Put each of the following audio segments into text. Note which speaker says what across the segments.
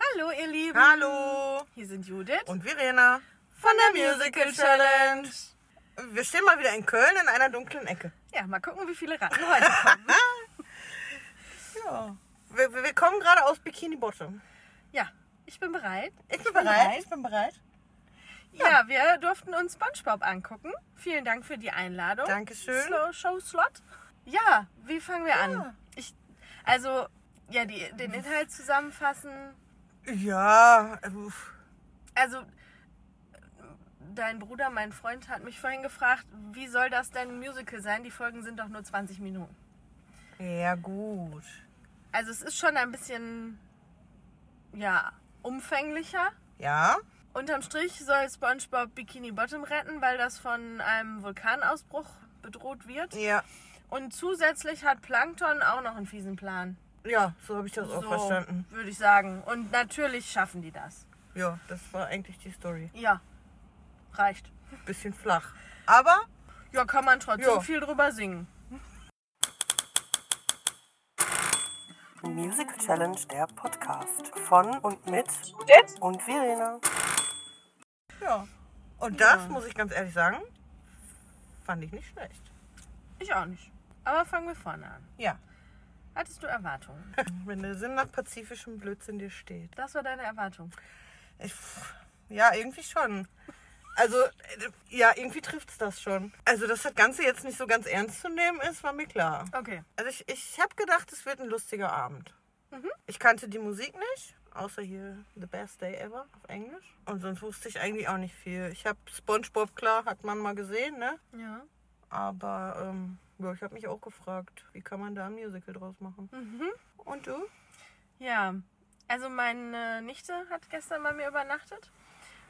Speaker 1: Hallo ihr Lieben.
Speaker 2: Hallo
Speaker 1: Hier sind Judith
Speaker 2: und Verena
Speaker 1: von
Speaker 2: Wir stehen mal wieder in Köln in einer dunklen Ecke.
Speaker 1: Ja, mal gucken, wie viele Ratten heute kommen.
Speaker 2: Ja. Wir, wir, wir kommen gerade aus Bikini Bottom.
Speaker 1: Ja, ich bin bereit.
Speaker 2: Ich bin bereit. Ich bin bereit.
Speaker 1: Ja, wir durften uns SpongeBob angucken. Vielen Dank für die Einladung.
Speaker 2: Dankeschön.
Speaker 1: Slow Show Slot. Ja, wie fangen wir an? Ich, also, ja, die, den Inhalt zusammenfassen.
Speaker 2: Ja. äh, uff.
Speaker 1: Also, dein Bruder, mein Freund, hat mich vorhin gefragt, wie soll das denn ein Musical sein? Die Folgen sind doch nur 20 Minuten.
Speaker 2: Ja, gut.
Speaker 1: Also, es ist schon ein bisschen, ja, umfänglicher.
Speaker 2: Ja.
Speaker 1: Unterm Strich soll SpongeBob Bikini Bottom retten, weil das von einem Vulkanausbruch bedroht wird.
Speaker 2: Ja.
Speaker 1: Und zusätzlich hat Plankton auch noch einen fiesen Plan.
Speaker 2: Ja, so habe ich das auch Oh, verstanden.
Speaker 1: würde ich sagen. Und natürlich schaffen die das.
Speaker 2: Ja, das war eigentlich die Story.
Speaker 1: Ja, reicht.
Speaker 2: Bisschen flach. Aber
Speaker 1: Ja, kann man trotzdem
Speaker 2: Ja.
Speaker 1: viel drüber singen.
Speaker 2: Musical Challenge, der Podcast von und mit und Verena. Ja. Und das, muss ich ganz ehrlich sagen, fand ich nicht schlecht.
Speaker 1: Ich auch nicht. Aber fangen wir vorne an.
Speaker 2: Ja.
Speaker 1: Hattest du Erwartungen?
Speaker 2: Wenn der Sinn nach pazifischem Blödsinn dir steht.
Speaker 1: Das war deine Erwartung.
Speaker 2: Ich, pff, ja, irgendwie schon. Also, äh, ja, irgendwie trifft's das schon. Also, dass das Ganze jetzt nicht so ganz ernst zu nehmen ist, war mir klar.
Speaker 1: Okay.
Speaker 2: Also, ich, ich habe gedacht, es wird ein lustiger Abend. Ich kannte die Musik nicht, außer hier The Best Day Ever auf Englisch. Und sonst wusste ich eigentlich auch nicht viel. Ich habe SpongeBob, klar, hat man mal gesehen, ne?
Speaker 1: Ja.
Speaker 2: Aber ähm, ja, ich habe mich auch gefragt, wie kann man da ein Musical draus machen? Und du?
Speaker 1: Ja. Also meine Nichte hat gestern bei mir übernachtet.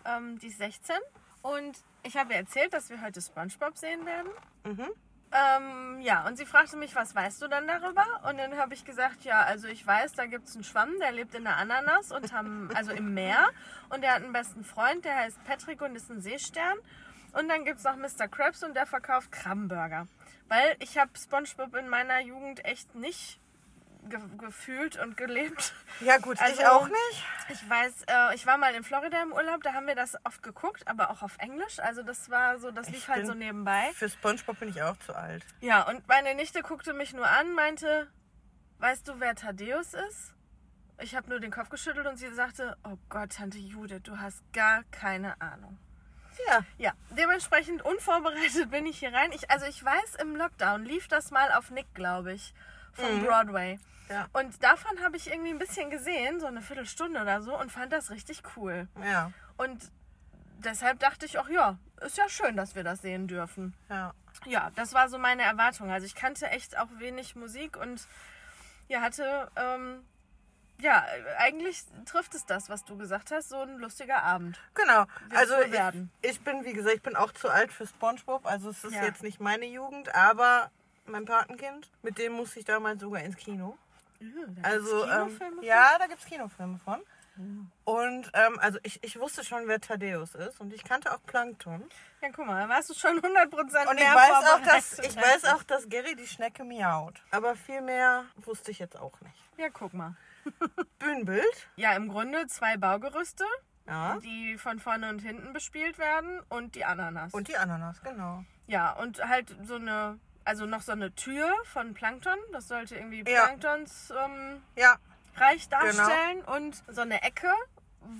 Speaker 1: Ähm, die ist 16. Und ich habe ihr erzählt, dass wir heute Spongebob sehen werden.
Speaker 2: Mhm.
Speaker 1: Ähm, ja, und sie fragte mich, was weißt du dann darüber? Und dann habe ich gesagt, ja, also ich weiß, da gibt es einen Schwamm, der lebt in der Ananas und haben, also im Meer. Und der hat einen besten Freund, der heißt Patrick und ist ein Seestern. Und dann gibt es noch Mr. Krabs und der verkauft Krabbenburger. Weil ich habe Spongebob in meiner Jugend echt nicht ge gefühlt und gelebt.
Speaker 2: Ja, gut,
Speaker 1: Also-
Speaker 2: ich auch nicht.
Speaker 1: Ich weiß, äh, ich war mal in Florida im Urlaub, da haben wir das oft geguckt, aber auch auf Englisch. Also das war so, das lief halt
Speaker 2: bin-
Speaker 1: so nebenbei.
Speaker 2: Für SpongeBob bin ich auch zu alt.
Speaker 1: Ja, und meine Nichte guckte mich nur an, meinte, weißt du, wer Thaddeus ist? Ich habe nur den Kopf geschüttelt und sie sagte, oh Gott, Tante Judith, du hast gar keine Ahnung.
Speaker 2: Ja.
Speaker 1: Ja, dementsprechend unvorbereitet bin ich hier rein. Ich, also ich weiß, im Lockdown lief das mal auf Nick, glaube ich, von Broadway.
Speaker 2: Mhm. Ja.
Speaker 1: Und davon habe ich irgendwie ein bisschen gesehen, so eine Viertelstunde oder so, und fand das richtig cool.
Speaker 2: Ja.
Speaker 1: Und deshalb dachte ich auch, ja, ist ja schön, dass wir das sehen dürfen.
Speaker 2: Ja.
Speaker 1: ja, das war so meine Erwartung. Also ich kannte echt auch wenig Musik und ja, hatte, ähm, ja, eigentlich trifft es das, was du gesagt hast, so ein lustiger Abend.
Speaker 2: Genau.
Speaker 1: Wird's
Speaker 2: Also
Speaker 1: wohl werden.
Speaker 2: ich, ich bin, wie gesagt, ich bin auch zu alt für SpongeBob. Also es ist
Speaker 1: Ja.
Speaker 2: jetzt nicht meine Jugend, aber mein Patenkind, mit dem musste ich damals sogar ins Kino. Also ähm, ja, da gibt es Kinofilme von. Und ähm, also ich, ich wusste schon, wer Thaddeus ist und ich kannte auch Plankton.
Speaker 1: Ja, guck mal, da warst du schon 100 Prozent
Speaker 2: Und ich weiß, auch, dass, ich weiß auch, dass Gary die Schnecke miaut. Aber viel mehr wusste ich jetzt auch nicht.
Speaker 1: Ja, guck mal.
Speaker 2: Bühnenbild.
Speaker 1: Ja, im Grunde zwei Baugerüste,
Speaker 2: Ja.
Speaker 1: die von vorne und hinten bespielt werden und die Ananas.
Speaker 2: Und die Ananas, genau.
Speaker 1: Ja, und halt so eine, also noch so eine Tür von Plankton. Das sollte irgendwie
Speaker 2: Ja. Genau.
Speaker 1: Planktons ähm,
Speaker 2: Ja,
Speaker 1: reich darstellen und so eine Ecke,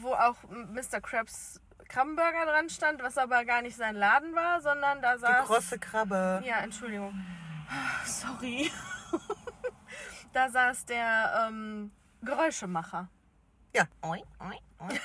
Speaker 1: wo auch Mr. Krabs Krabbenburger dran stand, was aber gar nicht sein Laden war, sondern da
Speaker 2: die
Speaker 1: saß.
Speaker 2: große Krabbe.
Speaker 1: Ja, Entschuldigung. Ah, Sorry. da saß der ähm, Geräuschemacher.
Speaker 2: Ja. Oi, oi, oi.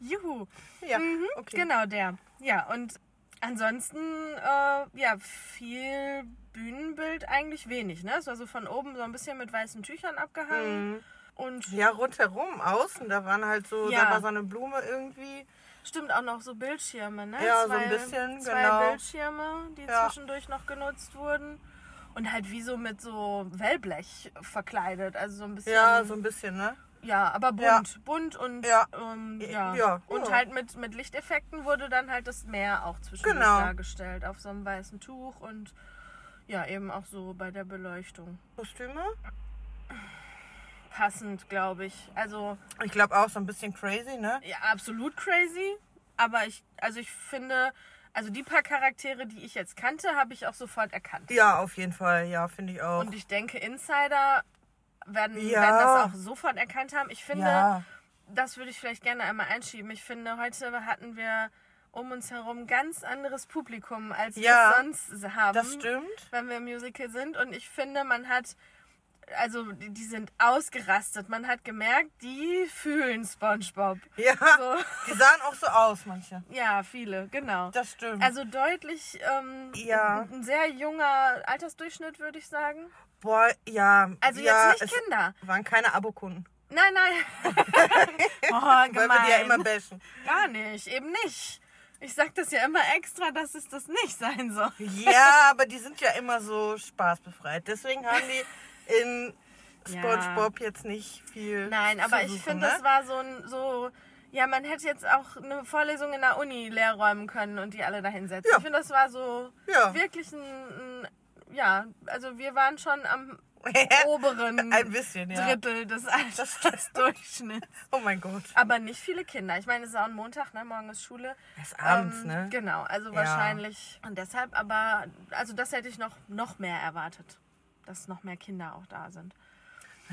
Speaker 1: Juhu.
Speaker 2: Ja,
Speaker 1: Mhm,
Speaker 2: okay.
Speaker 1: Genau der. Ja, und ansonsten, äh, ja, viel Bühnenbild eigentlich wenig, ne? Es war so von oben so ein bisschen mit weißen Tüchern abgehangen.
Speaker 2: Mhm.
Speaker 1: Und
Speaker 2: Ja, rundherum, außen, da waren halt so,
Speaker 1: Ja.
Speaker 2: da war so eine Blume irgendwie.
Speaker 1: Stimmt, auch noch so Bildschirme, ne?
Speaker 2: Ja, so ein bisschen,
Speaker 1: zwei
Speaker 2: genau.
Speaker 1: Bildschirme, die
Speaker 2: Ja.
Speaker 1: zwischendurch noch genutzt wurden. Und halt wie so mit so Wellblech verkleidet. Also so ein bisschen.
Speaker 2: Ja, so ein bisschen, ne?
Speaker 1: ja aber
Speaker 2: Ja.
Speaker 1: bunt. Bunt und.
Speaker 2: Ja.
Speaker 1: Ähm, ja.
Speaker 2: Ja, ja.
Speaker 1: Und halt mit, mit Lichteffekten wurde dann halt das Meer auch zwischendurch
Speaker 2: Genau.
Speaker 1: dargestellt. Auf so einem weißen Tuch und ja, eben auch so bei der Beleuchtung.
Speaker 2: Kostüme?
Speaker 1: passend, glaube ich. Also
Speaker 2: Ich glaube auch so ein bisschen crazy, ne?
Speaker 1: ja, absolut crazy, aber ich, also ich finde, also die paar Charaktere, die ich jetzt kannte, habe ich auch sofort erkannt.
Speaker 2: Ja, auf jeden Fall. Ja, finde ich auch.
Speaker 1: Und ich denke, Insider werden,
Speaker 2: Ja.
Speaker 1: werden das auch sofort erkannt haben. Ich finde,
Speaker 2: ja.
Speaker 1: das würde ich vielleicht gerne einmal einschieben. Ich finde, heute hatten wir um uns herum ganz anderes Publikum, als
Speaker 2: Ja,
Speaker 1: wir es sonst haben.
Speaker 2: Das stimmt.
Speaker 1: wenn wir im Musical sind. Und ich finde, man hat, also die, die sind ausgerastet. Man hat gemerkt, die fühlen SpongeBob.
Speaker 2: Ja.
Speaker 1: So,
Speaker 2: Die sahen auch so aus, manche.
Speaker 1: ja, viele, genau.
Speaker 2: Das stimmt.
Speaker 1: Also deutlich ähm,
Speaker 2: Ja.
Speaker 1: ein, ein sehr junger Altersdurchschnitt, würde ich sagen.
Speaker 2: Boah, ja.
Speaker 1: Also
Speaker 2: ja,
Speaker 1: jetzt nicht
Speaker 2: es
Speaker 1: Kinder.
Speaker 2: waren keine Abokunden.
Speaker 1: Nein, nein. oh,
Speaker 2: Weil wir die ja immer bashen.
Speaker 1: Gar nicht, eben nicht. Ich sag das ja immer extra, dass es das nicht sein soll.
Speaker 2: Ja, aber die sind ja immer so spaßbefreit. Deswegen haben die in
Speaker 1: Ja.
Speaker 2: SpongeBob jetzt nicht viel.
Speaker 1: Nein, aber
Speaker 2: zu
Speaker 1: ich
Speaker 2: suchen,
Speaker 1: finde,
Speaker 2: ne?
Speaker 1: das war so ein, so, ja, man hätte jetzt auch eine Vorlesung in der Uni leer räumen können und die alle dahin setzen.
Speaker 2: Ja.
Speaker 1: Ich finde, das war so
Speaker 2: Ja.
Speaker 1: wirklich ein, ein, ja, also wir waren schon am oberen
Speaker 2: Ein bisschen, ja.
Speaker 1: Drittel des Altersdurchschnitts.
Speaker 2: Oh mein Gott.
Speaker 1: aber nicht viele Kinder. Ich meine, es ist auch ein Montag, ne? morgen ist Schule.
Speaker 2: Es ist abends,
Speaker 1: Ähm,
Speaker 2: ne?
Speaker 1: Genau, also wahrscheinlich. Und deshalb aber, also das hätte ich noch, noch mehr erwartet, dass noch mehr Kinder auch da sind.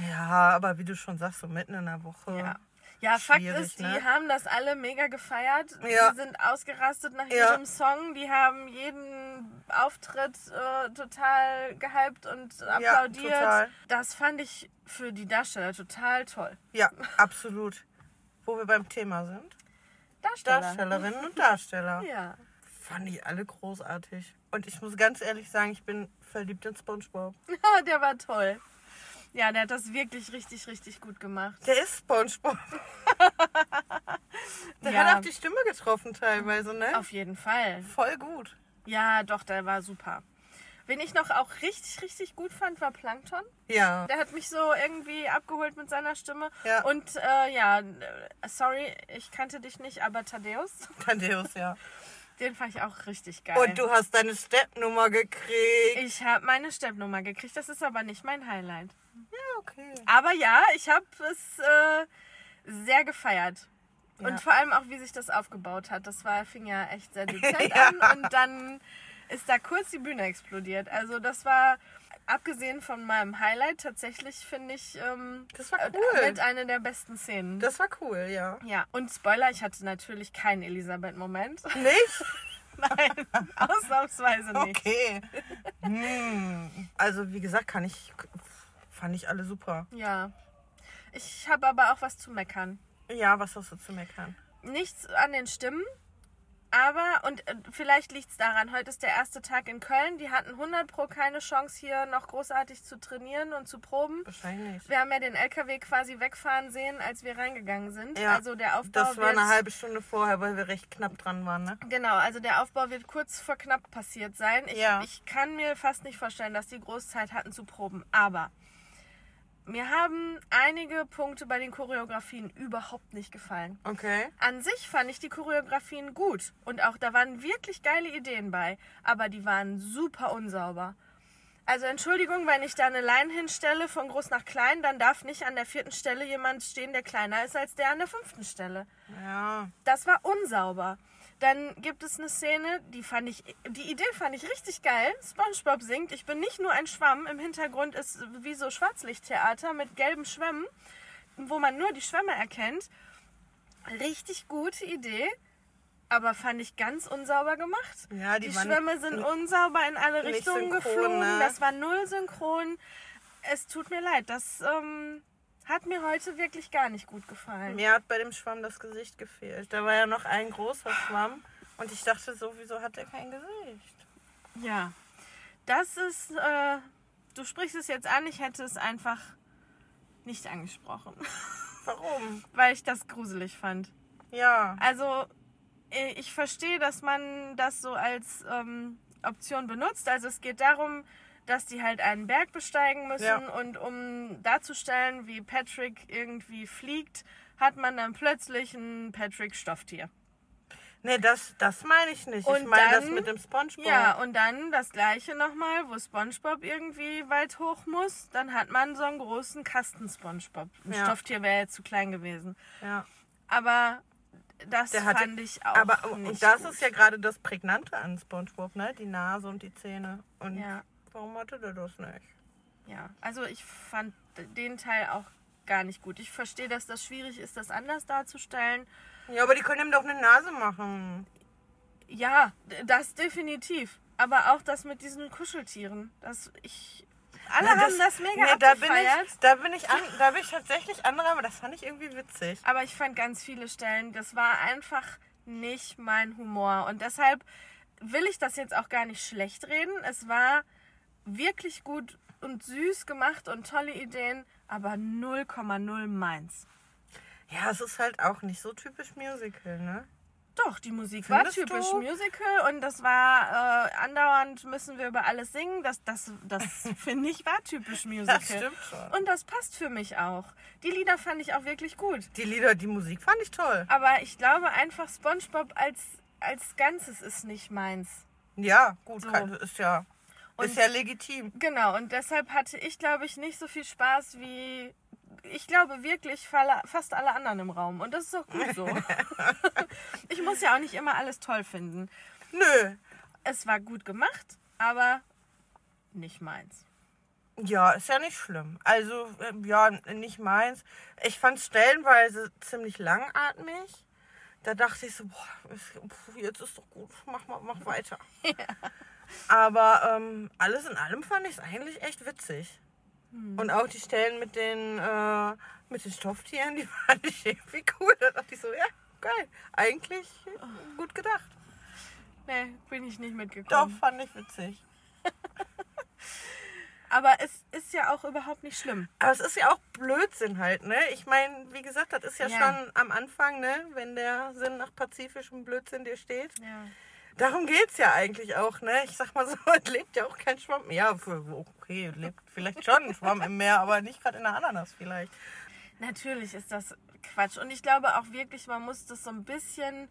Speaker 2: Ja, aber wie du schon sagst, so mitten in der Woche.
Speaker 1: Ja. Ja, Fakt
Speaker 2: Schwierig,
Speaker 1: ist, die
Speaker 2: ne?
Speaker 1: haben das alle mega gefeiert.
Speaker 2: Ja.
Speaker 1: Die sind ausgerastet nach
Speaker 2: Ja.
Speaker 1: jedem Song. Die haben jeden Auftritt äh, total gehypt und applaudiert.
Speaker 2: total.
Speaker 1: Das fand ich für die Darsteller total toll.
Speaker 2: Ja, absolut. Wo wir beim Thema sind.
Speaker 1: Darsteller.
Speaker 2: Darstellerinnen und Darsteller.
Speaker 1: Ja.
Speaker 2: Fand ich alle großartig. Und ich muss ganz ehrlich sagen, ich bin verliebt in Spongebob.
Speaker 1: der war toll. Ja, der hat das wirklich richtig, richtig gut gemacht.
Speaker 2: Der ist Spongebob. Der
Speaker 1: Ja.
Speaker 2: hat auch die Stimme getroffen teilweise, ne?
Speaker 1: Auf jeden Fall.
Speaker 2: Voll gut.
Speaker 1: Ja, doch, der war super. Wen ich noch auch richtig, richtig gut fand, war Plankton.
Speaker 2: Ja.
Speaker 1: Der hat mich so irgendwie abgeholt mit seiner Stimme.
Speaker 2: Ja.
Speaker 1: Und äh, ja, äh, sorry, ich kannte dich nicht, aber Thaddeus,
Speaker 2: Thaddeus, ja.
Speaker 1: den fand ich auch richtig geil.
Speaker 2: Und du hast deine Step-Nummer gekriegt.
Speaker 1: ich habe meine Steppnummer gekriegt, das ist aber nicht mein Highlight.
Speaker 2: Ja, okay.
Speaker 1: Aber ja, ich habe es äh, sehr gefeiert.
Speaker 2: Ja.
Speaker 1: Und vor allem auch, wie sich das aufgebaut hat. Das war, fing ja echt sehr dezent
Speaker 2: Ja.
Speaker 1: an und dann ist da kurz die Bühne explodiert. Also das war, abgesehen von meinem Highlight, tatsächlich finde ich ähm,
Speaker 2: Das war
Speaker 1: äh,
Speaker 2: cool.
Speaker 1: mit einer der besten Szenen.
Speaker 2: Das war cool, ja.
Speaker 1: Ja, und Spoiler, ich hatte natürlich keinen Elisabeth-Moment.
Speaker 2: Nicht?
Speaker 1: Nein, ausnahmsweise nicht.
Speaker 2: Okay. Hm. Also wie gesagt, kann ich, fand ich alle super.
Speaker 1: Ja. Ich habe aber auch was zu meckern.
Speaker 2: Ja, was hast du zu meckern?
Speaker 1: Nichts an den Stimmen, aber, und äh, vielleicht liegt es daran, heute ist der erste Tag in Köln. Die hatten 100 Pro keine Chance, hier noch großartig zu trainieren und zu proben.
Speaker 2: Wahrscheinlich.
Speaker 1: Wir haben ja den LKW quasi wegfahren sehen, als wir reingegangen sind.
Speaker 2: Ja,
Speaker 1: also der Aufbau
Speaker 2: Das war eine
Speaker 1: wird-
Speaker 2: halbe Stunde vorher, weil wir recht knapp dran waren, ne?
Speaker 1: Genau, also der Aufbau wird kurz vor knapp passiert sein. Ich,
Speaker 2: Ja.
Speaker 1: ich kann mir fast nicht vorstellen, dass die Großzeit hatten zu proben. Aber mir haben einige Punkte bei den Choreografien überhaupt nicht gefallen.
Speaker 2: Okay.
Speaker 1: An sich fand ich die Choreografien gut und auch da waren wirklich geile Ideen bei, aber die waren super unsauber. Also Entschuldigung, wenn ich da eine Line hinstelle von groß nach klein, dann darf nicht an der vierten Stelle jemand stehen, der kleiner ist als der an der fünften Stelle.
Speaker 2: Ja.
Speaker 1: Das war unsauber. Dann gibt es eine Szene, die fand ich, die Idee fand ich richtig geil. SpongeBob singt, ich bin nicht nur ein Schwamm. Im Hintergrund ist wie so Schwarzlichttheater mit gelben Schwämmen, wo man nur die Schwämme erkennt. Richtig gute Idee, aber fand ich ganz unsauber gemacht.
Speaker 2: Ja, die
Speaker 1: die
Speaker 2: waren
Speaker 1: Schwämme sind unsauber in alle
Speaker 2: nicht
Speaker 1: Richtungen
Speaker 2: synchron,
Speaker 1: geflogen.
Speaker 2: ne?
Speaker 1: Das war null synchron. Es tut mir leid, das ähm, hat mir heute wirklich gar nicht gut gefallen.
Speaker 2: Mir hat bei dem Schwamm das Gesicht gefehlt. Da war ja noch ein großer Schwamm und ich dachte so, wieso hat er kein Gesicht?
Speaker 1: Ja, das ist, äh, du sprichst es jetzt an, ich hätte es einfach nicht angesprochen,
Speaker 2: Warum?
Speaker 1: weil ich das gruselig fand.
Speaker 2: Ja.
Speaker 1: Also äh, ich verstehe, dass man das so als ähm, Option benutzt. Also es geht darum, dass die halt einen Berg besteigen müssen
Speaker 2: Ja.
Speaker 1: und um darzustellen, wie Patrick irgendwie fliegt, hat man dann plötzlich ein Patrick-Stofftier.
Speaker 2: Nee, das, das meine ich nicht. ich
Speaker 1: Und
Speaker 2: meine das
Speaker 1: dann-
Speaker 2: mit dem Spongebob.
Speaker 1: Ja, und dann das gleiche nochmal, wo Spongebob irgendwie weit hoch muss, dann hat man so einen großen Kasten Spongebob. Ein
Speaker 2: Ja.
Speaker 1: Stofftier wäre ja zu klein gewesen.
Speaker 2: Ja.
Speaker 1: Aber das
Speaker 2: Der hatte-
Speaker 1: fand ich auch.
Speaker 2: Aber oh,
Speaker 1: nicht
Speaker 2: und das
Speaker 1: gut.
Speaker 2: ist ja gerade das Prägnante an Spongebob, ne? Die Nase und die Zähne. Und
Speaker 1: Ja,
Speaker 2: warum hatte der das nicht?
Speaker 1: ja. Also ich fand d- den Teil auch gar nicht gut. Ich verstehe, dass das schwierig ist, das anders darzustellen.
Speaker 2: Ja, aber die können ihm doch eine Nase machen.
Speaker 1: Ja, d- das definitiv. Aber auch das mit diesen Kuscheltieren. Das ich. Alle
Speaker 2: Na,
Speaker 1: haben das mega
Speaker 2: nee, da bin
Speaker 1: abgefeiert.
Speaker 2: ich, da bin ich, an, da bin ich tatsächlich anderer, aber das fand ich irgendwie witzig.
Speaker 1: Aber ich fand ganz viele Stellen, das war einfach nicht mein Humor. Und deshalb will ich das jetzt auch gar nicht schlecht reden. Es war wirklich gut und süß gemacht und tolle Ideen, aber 0,0 meins.
Speaker 2: Ja, es ist halt auch nicht so typisch Musical, ne?
Speaker 1: Doch, die Musik
Speaker 2: Findest
Speaker 1: war typisch
Speaker 2: du?
Speaker 1: Musical und das war äh, andauernd müssen wir über alles singen. Das, das, das finde ich war typisch Musical.
Speaker 2: schon.
Speaker 1: Und das passt für mich auch. Die Lieder fand ich auch wirklich gut.
Speaker 2: Die Lieder, die Musik fand ich toll.
Speaker 1: Aber ich glaube einfach, SpongeBob als, als Ganzes ist nicht meins.
Speaker 2: Ja, gut,
Speaker 1: So.
Speaker 2: kann, ist ja,
Speaker 1: Und-
Speaker 2: ist ja legitim.
Speaker 1: Genau, und deshalb hatte ich, glaube ich, nicht so viel Spaß wie. Ich glaube wirklich falle- fast alle anderen im Raum. Und das ist auch gut so. ich muss ja auch nicht immer alles toll finden.
Speaker 2: Nö.
Speaker 1: Es war gut gemacht, aber nicht meins.
Speaker 2: Ja, ist ja nicht schlimm. Also, äh, ja, nicht meins. Ich fand stellenweise ziemlich langatmig. Da dachte ich so, boah, ist, pf, jetzt ist doch gut, mach, mal, mach weiter. Aber ähm, alles in allem fand ich es eigentlich echt witzig.
Speaker 1: Hm.
Speaker 2: Und auch die Stellen mit den, äh, mit den Stofftieren, die fand ich irgendwie cool. Da dachte ich so, ja, geil. Eigentlich
Speaker 1: Oh.
Speaker 2: gut gedacht.
Speaker 1: Nee, bin ich nicht
Speaker 2: Doch,
Speaker 1: mitgekommen.
Speaker 2: fand ich witzig.
Speaker 1: Aber es ist ja auch überhaupt nicht schlimm.
Speaker 2: Aber es ist ja auch Blödsinn halt, ne? Ich meine, wie gesagt, das ist ja,
Speaker 1: Ja.
Speaker 2: schon am Anfang, ne? Wenn der Sinn nach pazifischem Blödsinn dir steht.
Speaker 1: Ja.
Speaker 2: Darum geht's ja eigentlich auch, ne? Ich sag mal so, es lebt ja auch kein Schwamm. Ja, für- okay, lebt vielleicht schon ein Schwamm im Meer, aber nicht gerade in der Ananas vielleicht.
Speaker 1: Natürlich ist das Quatsch. Und ich glaube auch wirklich, man muss das so ein bisschen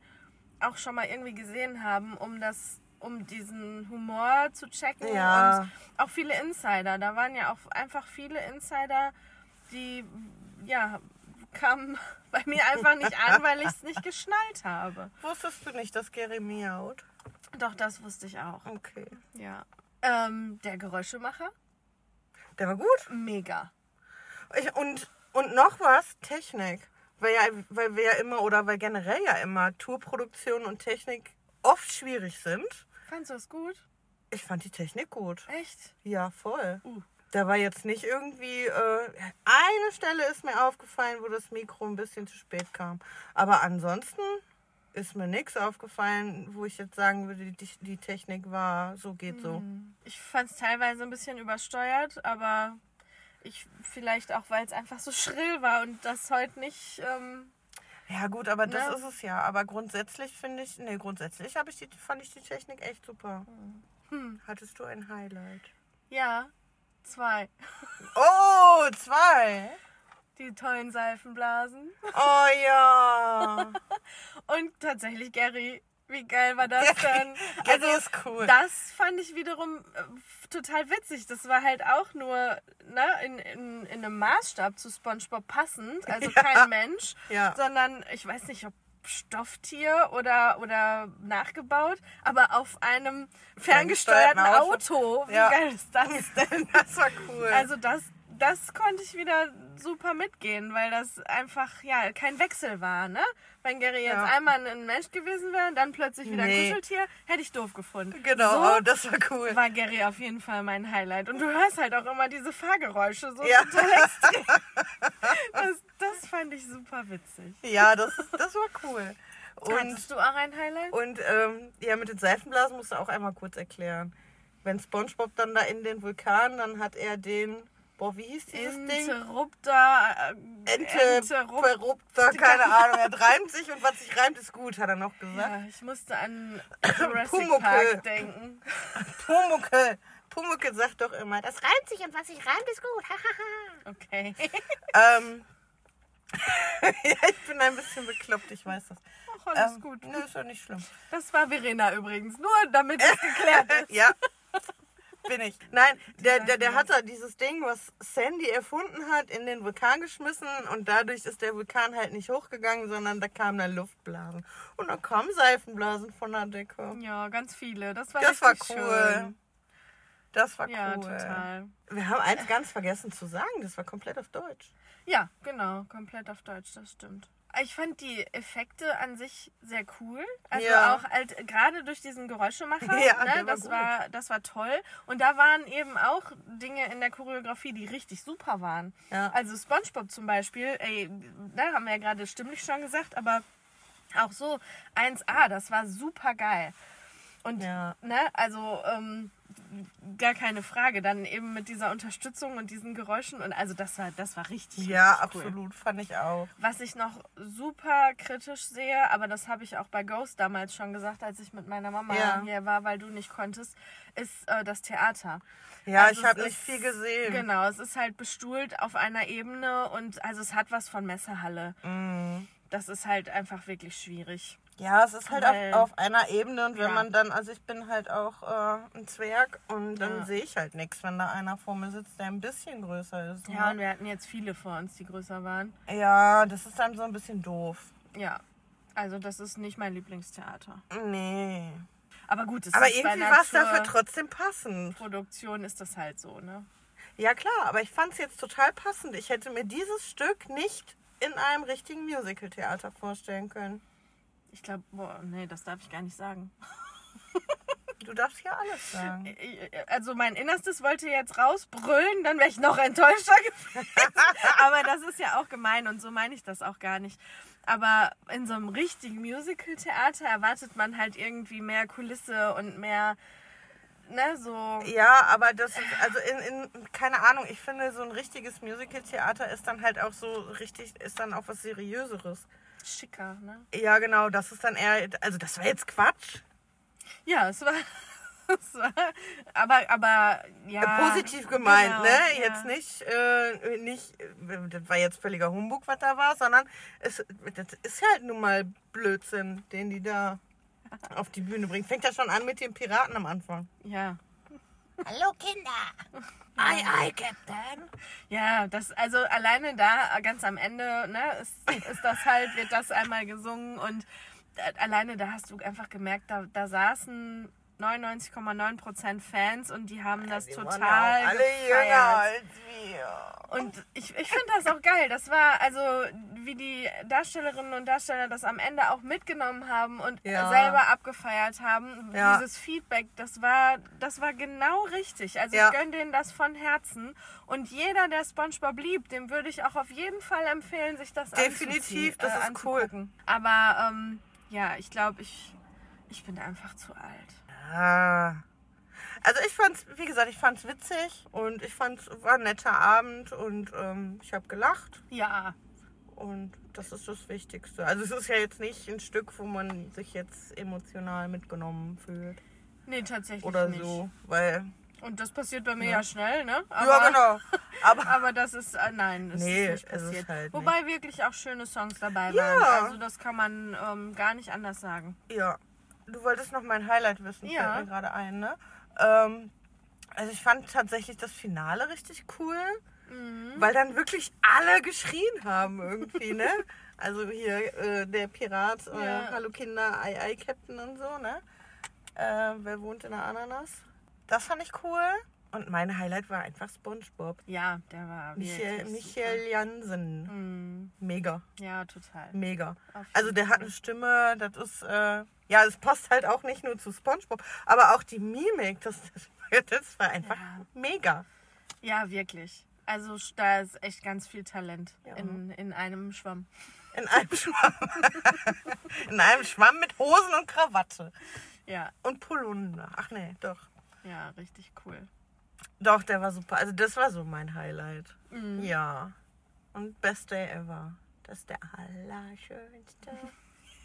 Speaker 1: auch schon mal irgendwie gesehen haben, um das, um diesen Humor zu checken.
Speaker 2: Ja.
Speaker 1: Und auch viele Insider. Da waren ja auch einfach viele Insider, die ja kamen bei mir einfach nicht an, weil ich es nicht geschnallt habe.
Speaker 2: Wusstest du nicht, dass Gary miaut?
Speaker 1: Doch, das wusste ich auch.
Speaker 2: Okay.
Speaker 1: Ja. Ähm, der Geräuschemacher,
Speaker 2: Der war gut.
Speaker 1: mega.
Speaker 2: Ich, und, und noch was, Technik. Weil, ja, weil wir ja immer, oder weil generell ja immer Tourproduktion und Technik oft schwierig sind.
Speaker 1: Fandst du das gut?
Speaker 2: Ich fand die Technik gut.
Speaker 1: Echt?
Speaker 2: Ja, voll.
Speaker 1: Uh.
Speaker 2: Da war jetzt nicht irgendwie. Äh, eine Stelle ist mir aufgefallen, wo das Mikro ein bisschen zu spät kam. Aber ansonsten ist mir nichts aufgefallen, wo ich jetzt sagen würde, die, die Technik war, so geht so.
Speaker 1: Ich fand es teilweise ein bisschen übersteuert, aber ich vielleicht auch, weil es einfach so schrill war und das heute nicht. Ähm,
Speaker 2: Ja, gut, aber das
Speaker 1: Ne?
Speaker 2: ist es ja. Aber grundsätzlich finde ich, nee, grundsätzlich habe ich die, fand ich die Technik echt super. Hattest du ein Highlight?
Speaker 1: ja, zwei.
Speaker 2: Oh, zwei.
Speaker 1: Die tollen Seifenblasen.
Speaker 2: Oh ja. Also,
Speaker 1: Und tatsächlich Gary. Wie geil war das denn?
Speaker 2: Also, ist cool.
Speaker 1: Das fand ich wiederum äh, f- total witzig. Das war halt auch nur ne, in, in, in einem Maßstab zu SpongeBob passend. Also kein Mensch,
Speaker 2: Ja.
Speaker 1: sondern ich weiß nicht, ob Stofftier oder, oder nachgebaut, aber auf einem
Speaker 2: Ferngesteuerten
Speaker 1: ferngesteuerten Auto. Wie
Speaker 2: Ja.
Speaker 1: geil ist das denn?
Speaker 2: Das war cool.
Speaker 1: Also das, das konnte ich wieder super mitgehen, weil das einfach ja kein Wechsel war, ne? Wenn Gary jetzt
Speaker 2: Ja.
Speaker 1: einmal ein Mensch gewesen wäre und dann plötzlich wieder ein
Speaker 2: Nee.
Speaker 1: Kuscheltier, hätte ich doof gefunden.
Speaker 2: genau,
Speaker 1: So
Speaker 2: aber das war cool.
Speaker 1: war Gary auf jeden Fall mein Highlight. Und du hörst halt auch immer diese Fahrgeräusche so
Speaker 2: Ja.
Speaker 1: total extrem. Das, das fand ich super witzig.
Speaker 2: Ja, das, das war cool. Und,
Speaker 1: Hattest du auch ein Highlight?
Speaker 2: und ähm, ja, mit den Seifenblasen musst du auch einmal kurz erklären. Wenn Spongebob dann da in den Vulkan, dann hat er den, boah, wie hieß dieses Ding?
Speaker 1: Interrupter. Äh,
Speaker 2: Ente,
Speaker 1: Interrupt-
Speaker 2: Verrupter, keine Ahnung. Er reimt sich und was sich reimt, ist gut, hat er noch gesagt.
Speaker 1: Ja, ich musste an Jurassic
Speaker 2: Pumuckl.
Speaker 1: Park denken.
Speaker 2: Pumuckel. Pumuckel sagt doch immer, das reimt sich und was sich reimt, ist gut.
Speaker 1: Okay.
Speaker 2: ähm, ja, ich bin ein bisschen bekloppt, ich weiß das. Ähm,
Speaker 1: Ach, alles Oh, gut.
Speaker 2: Nö, ist ja nicht schlimm.
Speaker 1: Das war Verena übrigens, nur damit es geklärt ist.
Speaker 2: Äh, ja. Bin ich. Nein, der, der, der hat da dieses Ding, was Sandy erfunden hat, in den Vulkan geschmissen und dadurch ist der Vulkan halt nicht hochgegangen, sondern da kamen dann Luftblasen. Und dann kamen Seifenblasen von der Decke.
Speaker 1: Ja, ganz viele. Das war,
Speaker 2: Das war
Speaker 1: richtig
Speaker 2: cool.
Speaker 1: Schön.
Speaker 2: Das war
Speaker 1: Ja,
Speaker 2: cool.
Speaker 1: total.
Speaker 2: Wir haben eins ganz vergessen zu sagen, das war komplett auf Deutsch.
Speaker 1: Ja, genau, komplett auf Deutsch, das stimmt. Ich fand die Effekte an sich sehr cool. Also
Speaker 2: Ja.
Speaker 1: auch halt gerade durch diesen Geräuschemacher,
Speaker 2: Ja, der war
Speaker 1: ne, das
Speaker 2: gut.
Speaker 1: war das war toll und da waren eben auch Dinge in der Choreografie, die richtig super waren.
Speaker 2: Ja.
Speaker 1: Also SpongeBob zum Beispiel, ey, da haben wir ja gerade stimmlich schon gesagt, aber auch so 1A, das war super geil. Und
Speaker 2: Ja.
Speaker 1: ne, also ähm, gar keine Frage. Dann eben mit dieser Unterstützung und diesen Geräuschen und also das war das war richtig.
Speaker 2: Ja,
Speaker 1: richtig cool.
Speaker 2: absolut, fand ich auch.
Speaker 1: Was ich noch super kritisch sehe, aber das habe ich auch bei Ghost damals schon gesagt, als ich mit meiner Mama
Speaker 2: Ja.
Speaker 1: hier war, weil du nicht konntest, ist äh, das Theater.
Speaker 2: Ja,
Speaker 1: Also
Speaker 2: ich
Speaker 1: es
Speaker 2: habe nicht
Speaker 1: ist-
Speaker 2: viel gesehen.
Speaker 1: Genau, es ist halt bestuhlt auf einer Ebene und also es hat was von Messehalle.
Speaker 2: Mhm.
Speaker 1: Das ist halt einfach wirklich schwierig.
Speaker 2: Ja, es ist halt
Speaker 1: Weil-
Speaker 2: auf, auf einer Ebene und wenn
Speaker 1: Ja.
Speaker 2: man dann, also ich bin halt auch äh, ein Zwerg und dann
Speaker 1: Ja.
Speaker 2: sehe ich halt nichts, wenn da einer vor mir sitzt, der ein bisschen größer ist.
Speaker 1: Ja, ne. und
Speaker 2: ne?
Speaker 1: wir hatten jetzt viele vor uns, die größer waren.
Speaker 2: ja, das ist dann so ein bisschen doof.
Speaker 1: Ja. Also das ist nicht mein Lieblingstheater.
Speaker 2: Nee.
Speaker 1: Aber gut, es
Speaker 2: Aber
Speaker 1: ist bei
Speaker 2: irgendwie
Speaker 1: einer
Speaker 2: war es dafür
Speaker 1: Tour-
Speaker 2: trotzdem passend.
Speaker 1: Produktion ist das halt so, ne?
Speaker 2: Ja klar, aber ich fand es jetzt total passend. Ich hätte mir dieses Stück nicht in einem richtigen Musical-Theater vorstellen können.
Speaker 1: Ich glaube, boah, nee, das darf ich gar nicht sagen.
Speaker 2: Du darfst hier alles sagen.
Speaker 1: Ich- Also mein Innerstes wollte jetzt rausbrüllen, dann wäre ich noch enttäuschter gewesen. Aber das ist ja auch gemein und so meine ich das auch gar nicht. Aber in so einem richtigen Musical-Theater erwartet man halt irgendwie mehr Kulisse und mehr, ne, so.
Speaker 2: Ja, aber das ist, also in, in, keine Ahnung, ich finde, so ein richtiges Musical-Theater ist dann halt auch so richtig, ist dann auch was Seriöseres.
Speaker 1: schicker, ne?
Speaker 2: Ja, genau, das ist dann eher, also das war jetzt Quatsch.
Speaker 1: Ja, es war. Es war aber, aber, ja.
Speaker 2: Äh, Positiv gemeint,
Speaker 1: genau,
Speaker 2: ne?
Speaker 1: ja.
Speaker 2: Jetzt nicht, äh, nicht, äh, das war jetzt völliger Humbug, was da war, sondern es das ist halt nun mal Blödsinn, den die da auf die Bühne bringen. Fängt ja schon an mit den Piraten am Anfang.
Speaker 1: Ja.
Speaker 2: Hallo Kinder! Ei, ei, Captain!
Speaker 1: Ja, das, also alleine da ganz am Ende, ne, ist, ist das halt, wird das einmal gesungen und äh, alleine da hast du einfach gemerkt, da, da saßen 99,9% Fans und die haben das
Speaker 2: Die waren ja
Speaker 1: total
Speaker 2: auch alle jünger
Speaker 1: gefeiert.
Speaker 2: als wir.
Speaker 1: Und ich, ich finde das auch geil. Das war, also, wie die Darstellerinnen und Darsteller das am Ende auch mitgenommen haben und
Speaker 2: Ja.
Speaker 1: selber abgefeiert haben.
Speaker 2: Ja.
Speaker 1: Dieses Feedback, das war, das war genau richtig. Also,
Speaker 2: Ja.
Speaker 1: ich gönne denen das von Herzen. Und jeder, der Spongebob liebt, dem würde ich auch auf jeden Fall empfehlen, sich das
Speaker 2: Definitiv,
Speaker 1: anzuziehen, äh,
Speaker 2: das ist
Speaker 1: anzugucken. Aber, ähm, ja, ich glaube, ich, ich bin einfach zu alt.
Speaker 2: Ah. Also ich fand's, wie gesagt, ich fand's witzig und ich fand's war ein netter Abend und ähm, ich habe gelacht
Speaker 1: Ja,
Speaker 2: und das ist das Wichtigste. Also es ist ja jetzt nicht ein Stück, wo man sich jetzt emotional mitgenommen fühlt
Speaker 1: nee, tatsächlich
Speaker 2: oder
Speaker 1: nicht.
Speaker 2: so, weil
Speaker 1: Und das passiert bei mir ja, schnell, ne?
Speaker 2: ja
Speaker 1: Aber-
Speaker 2: genau. Aber
Speaker 1: Aber das ist, äh, nein, das
Speaker 2: Nee,
Speaker 1: ist nicht
Speaker 2: es ist
Speaker 1: passiert.
Speaker 2: halt
Speaker 1: Wobei wirklich auch schöne Songs dabei
Speaker 2: Ja.
Speaker 1: waren. Also das kann man ähm, gar nicht anders sagen.
Speaker 2: ja, du wolltest noch mein Highlight wissen,
Speaker 1: Ja.
Speaker 2: fällt mir gerade ein, ne? Ähm, also ich fand tatsächlich das Finale richtig cool,
Speaker 1: Mhm.
Speaker 2: weil dann wirklich alle geschrien haben irgendwie, ne? Also hier äh, der Pirat, äh,
Speaker 1: Ja.
Speaker 2: Hallo Kinder, Ei Ei Captain und so, ne? Äh, wer wohnt in der Ananas? Das fand ich cool. Und mein Highlight war einfach SpongeBob.
Speaker 1: Ja, der war
Speaker 2: Michael,
Speaker 1: wirklich
Speaker 2: Michael Jansen.
Speaker 1: super. Mhm.
Speaker 2: Mega,
Speaker 1: Ja, total.
Speaker 2: mega.
Speaker 1: Auf
Speaker 2: Also
Speaker 1: jeden
Speaker 2: der hat
Speaker 1: Fall.
Speaker 2: eine Stimme, das ist, äh, ja, es passt halt auch nicht nur zu Spongebob, aber auch die Mimik, das, das, das war einfach
Speaker 1: Ja.
Speaker 2: mega.
Speaker 1: Ja, wirklich. Also da ist echt ganz viel Talent
Speaker 2: Ja.
Speaker 1: in, in einem Schwamm.
Speaker 2: In einem Schwamm. In einem Schwamm mit Hosen und Krawatte.
Speaker 1: Ja,
Speaker 2: Und Polunder. Ach nee, doch.
Speaker 1: ja, richtig cool.
Speaker 2: Doch, der war super. Also das war so mein Highlight.
Speaker 1: Mhm.
Speaker 2: Ja. Und Best Day Ever. Das ist der allerschönste.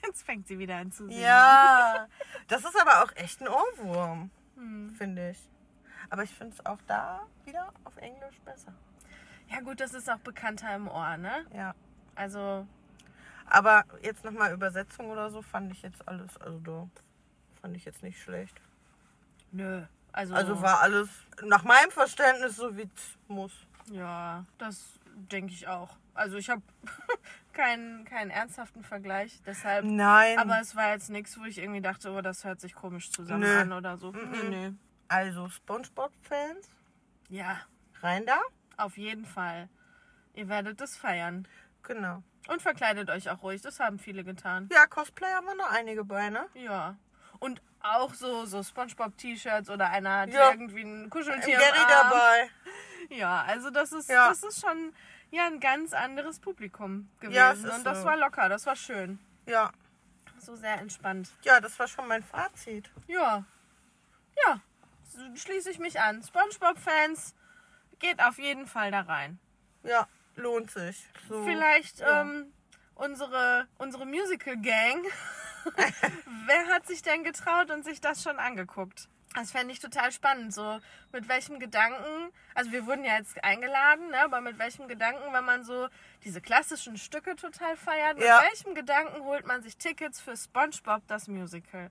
Speaker 1: Jetzt fängt sie wieder an zu singen.
Speaker 2: Ja. Das ist aber auch echt ein Ohrwurm,
Speaker 1: Hm.
Speaker 2: finde ich. Aber ich finde es auch da wieder auf Englisch besser.
Speaker 1: Ja gut, das ist auch bekannter im Ohr, ne?
Speaker 2: Ja.
Speaker 1: Also,
Speaker 2: Aber jetzt nochmal Übersetzung oder so fand ich jetzt alles, also da fand ich jetzt nicht schlecht.
Speaker 1: nö. Also,
Speaker 2: Also war alles nach meinem Verständnis so wie es muss.
Speaker 1: Ja, das denke ich auch. Also ich habe keinen, keinen ernsthaften Vergleich, deshalb.
Speaker 2: Nein.
Speaker 1: Aber es war jetzt nichts, wo ich irgendwie dachte, oh, das hört sich komisch zusammen
Speaker 2: Nö.
Speaker 1: an oder so. Nee, nee.
Speaker 2: also SpongeBob-Fans,
Speaker 1: Ja,
Speaker 2: rein da.
Speaker 1: auf jeden Fall. Ihr werdet es feiern.
Speaker 2: Genau.
Speaker 1: Und verkleidet euch auch ruhig, das haben viele getan.
Speaker 2: Ja, Cosplay haben wir noch einige bei, ne?
Speaker 1: Ja. Und auch so, so Spongebob-T-Shirts oder einer hat
Speaker 2: Ja.
Speaker 1: irgendwie ein Kuscheltier.
Speaker 2: Gary
Speaker 1: im Arm.
Speaker 2: dabei.
Speaker 1: Ja, also das ist,
Speaker 2: Ja.
Speaker 1: das ist schon ja, ein ganz anderes Publikum gewesen.
Speaker 2: Ja, es ist
Speaker 1: Und das
Speaker 2: so.
Speaker 1: war locker, das war schön.
Speaker 2: Ja.
Speaker 1: So sehr entspannt.
Speaker 2: Ja, das war schon mein Fazit.
Speaker 1: Ja. Ja. So Schließe ich mich an. SpongeBob-Fans, geht auf jeden Fall da rein.
Speaker 2: Ja, lohnt sich. So.
Speaker 1: Vielleicht
Speaker 2: ja.
Speaker 1: ähm, unsere, unsere Musical-Gang. Wer hat sich denn getraut und sich das schon angeguckt? Das fände ich total spannend. So, mit welchem Gedanken, also wir wurden ja jetzt eingeladen, ne, aber mit welchem Gedanken, wenn man so diese klassischen Stücke total feiert,
Speaker 2: Ja.
Speaker 1: mit welchem Gedanken holt man sich Tickets für SpongeBob, das Musical?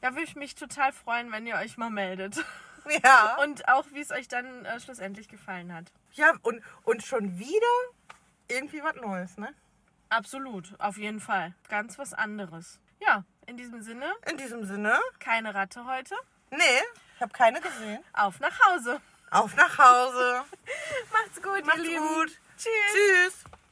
Speaker 1: Da würde ich mich total freuen, wenn ihr euch mal meldet.
Speaker 2: Ja.
Speaker 1: Und auch, wie es euch dann äh, schlussendlich gefallen hat.
Speaker 2: Ja, und, und schon wieder irgendwie was Neues, ne?
Speaker 1: Absolut, auf jeden Fall. Ganz was anderes. Ja, in diesem Sinne,
Speaker 2: In diesem Sinne,
Speaker 1: keine Ratte heute.
Speaker 2: nee, ich habe keine gesehen.
Speaker 1: Auf nach Hause.
Speaker 2: Auf nach Hause.
Speaker 1: Macht's gut,
Speaker 2: Macht's
Speaker 1: ihr Lieben.
Speaker 2: gut.
Speaker 1: Tschüss.
Speaker 2: Tschüss.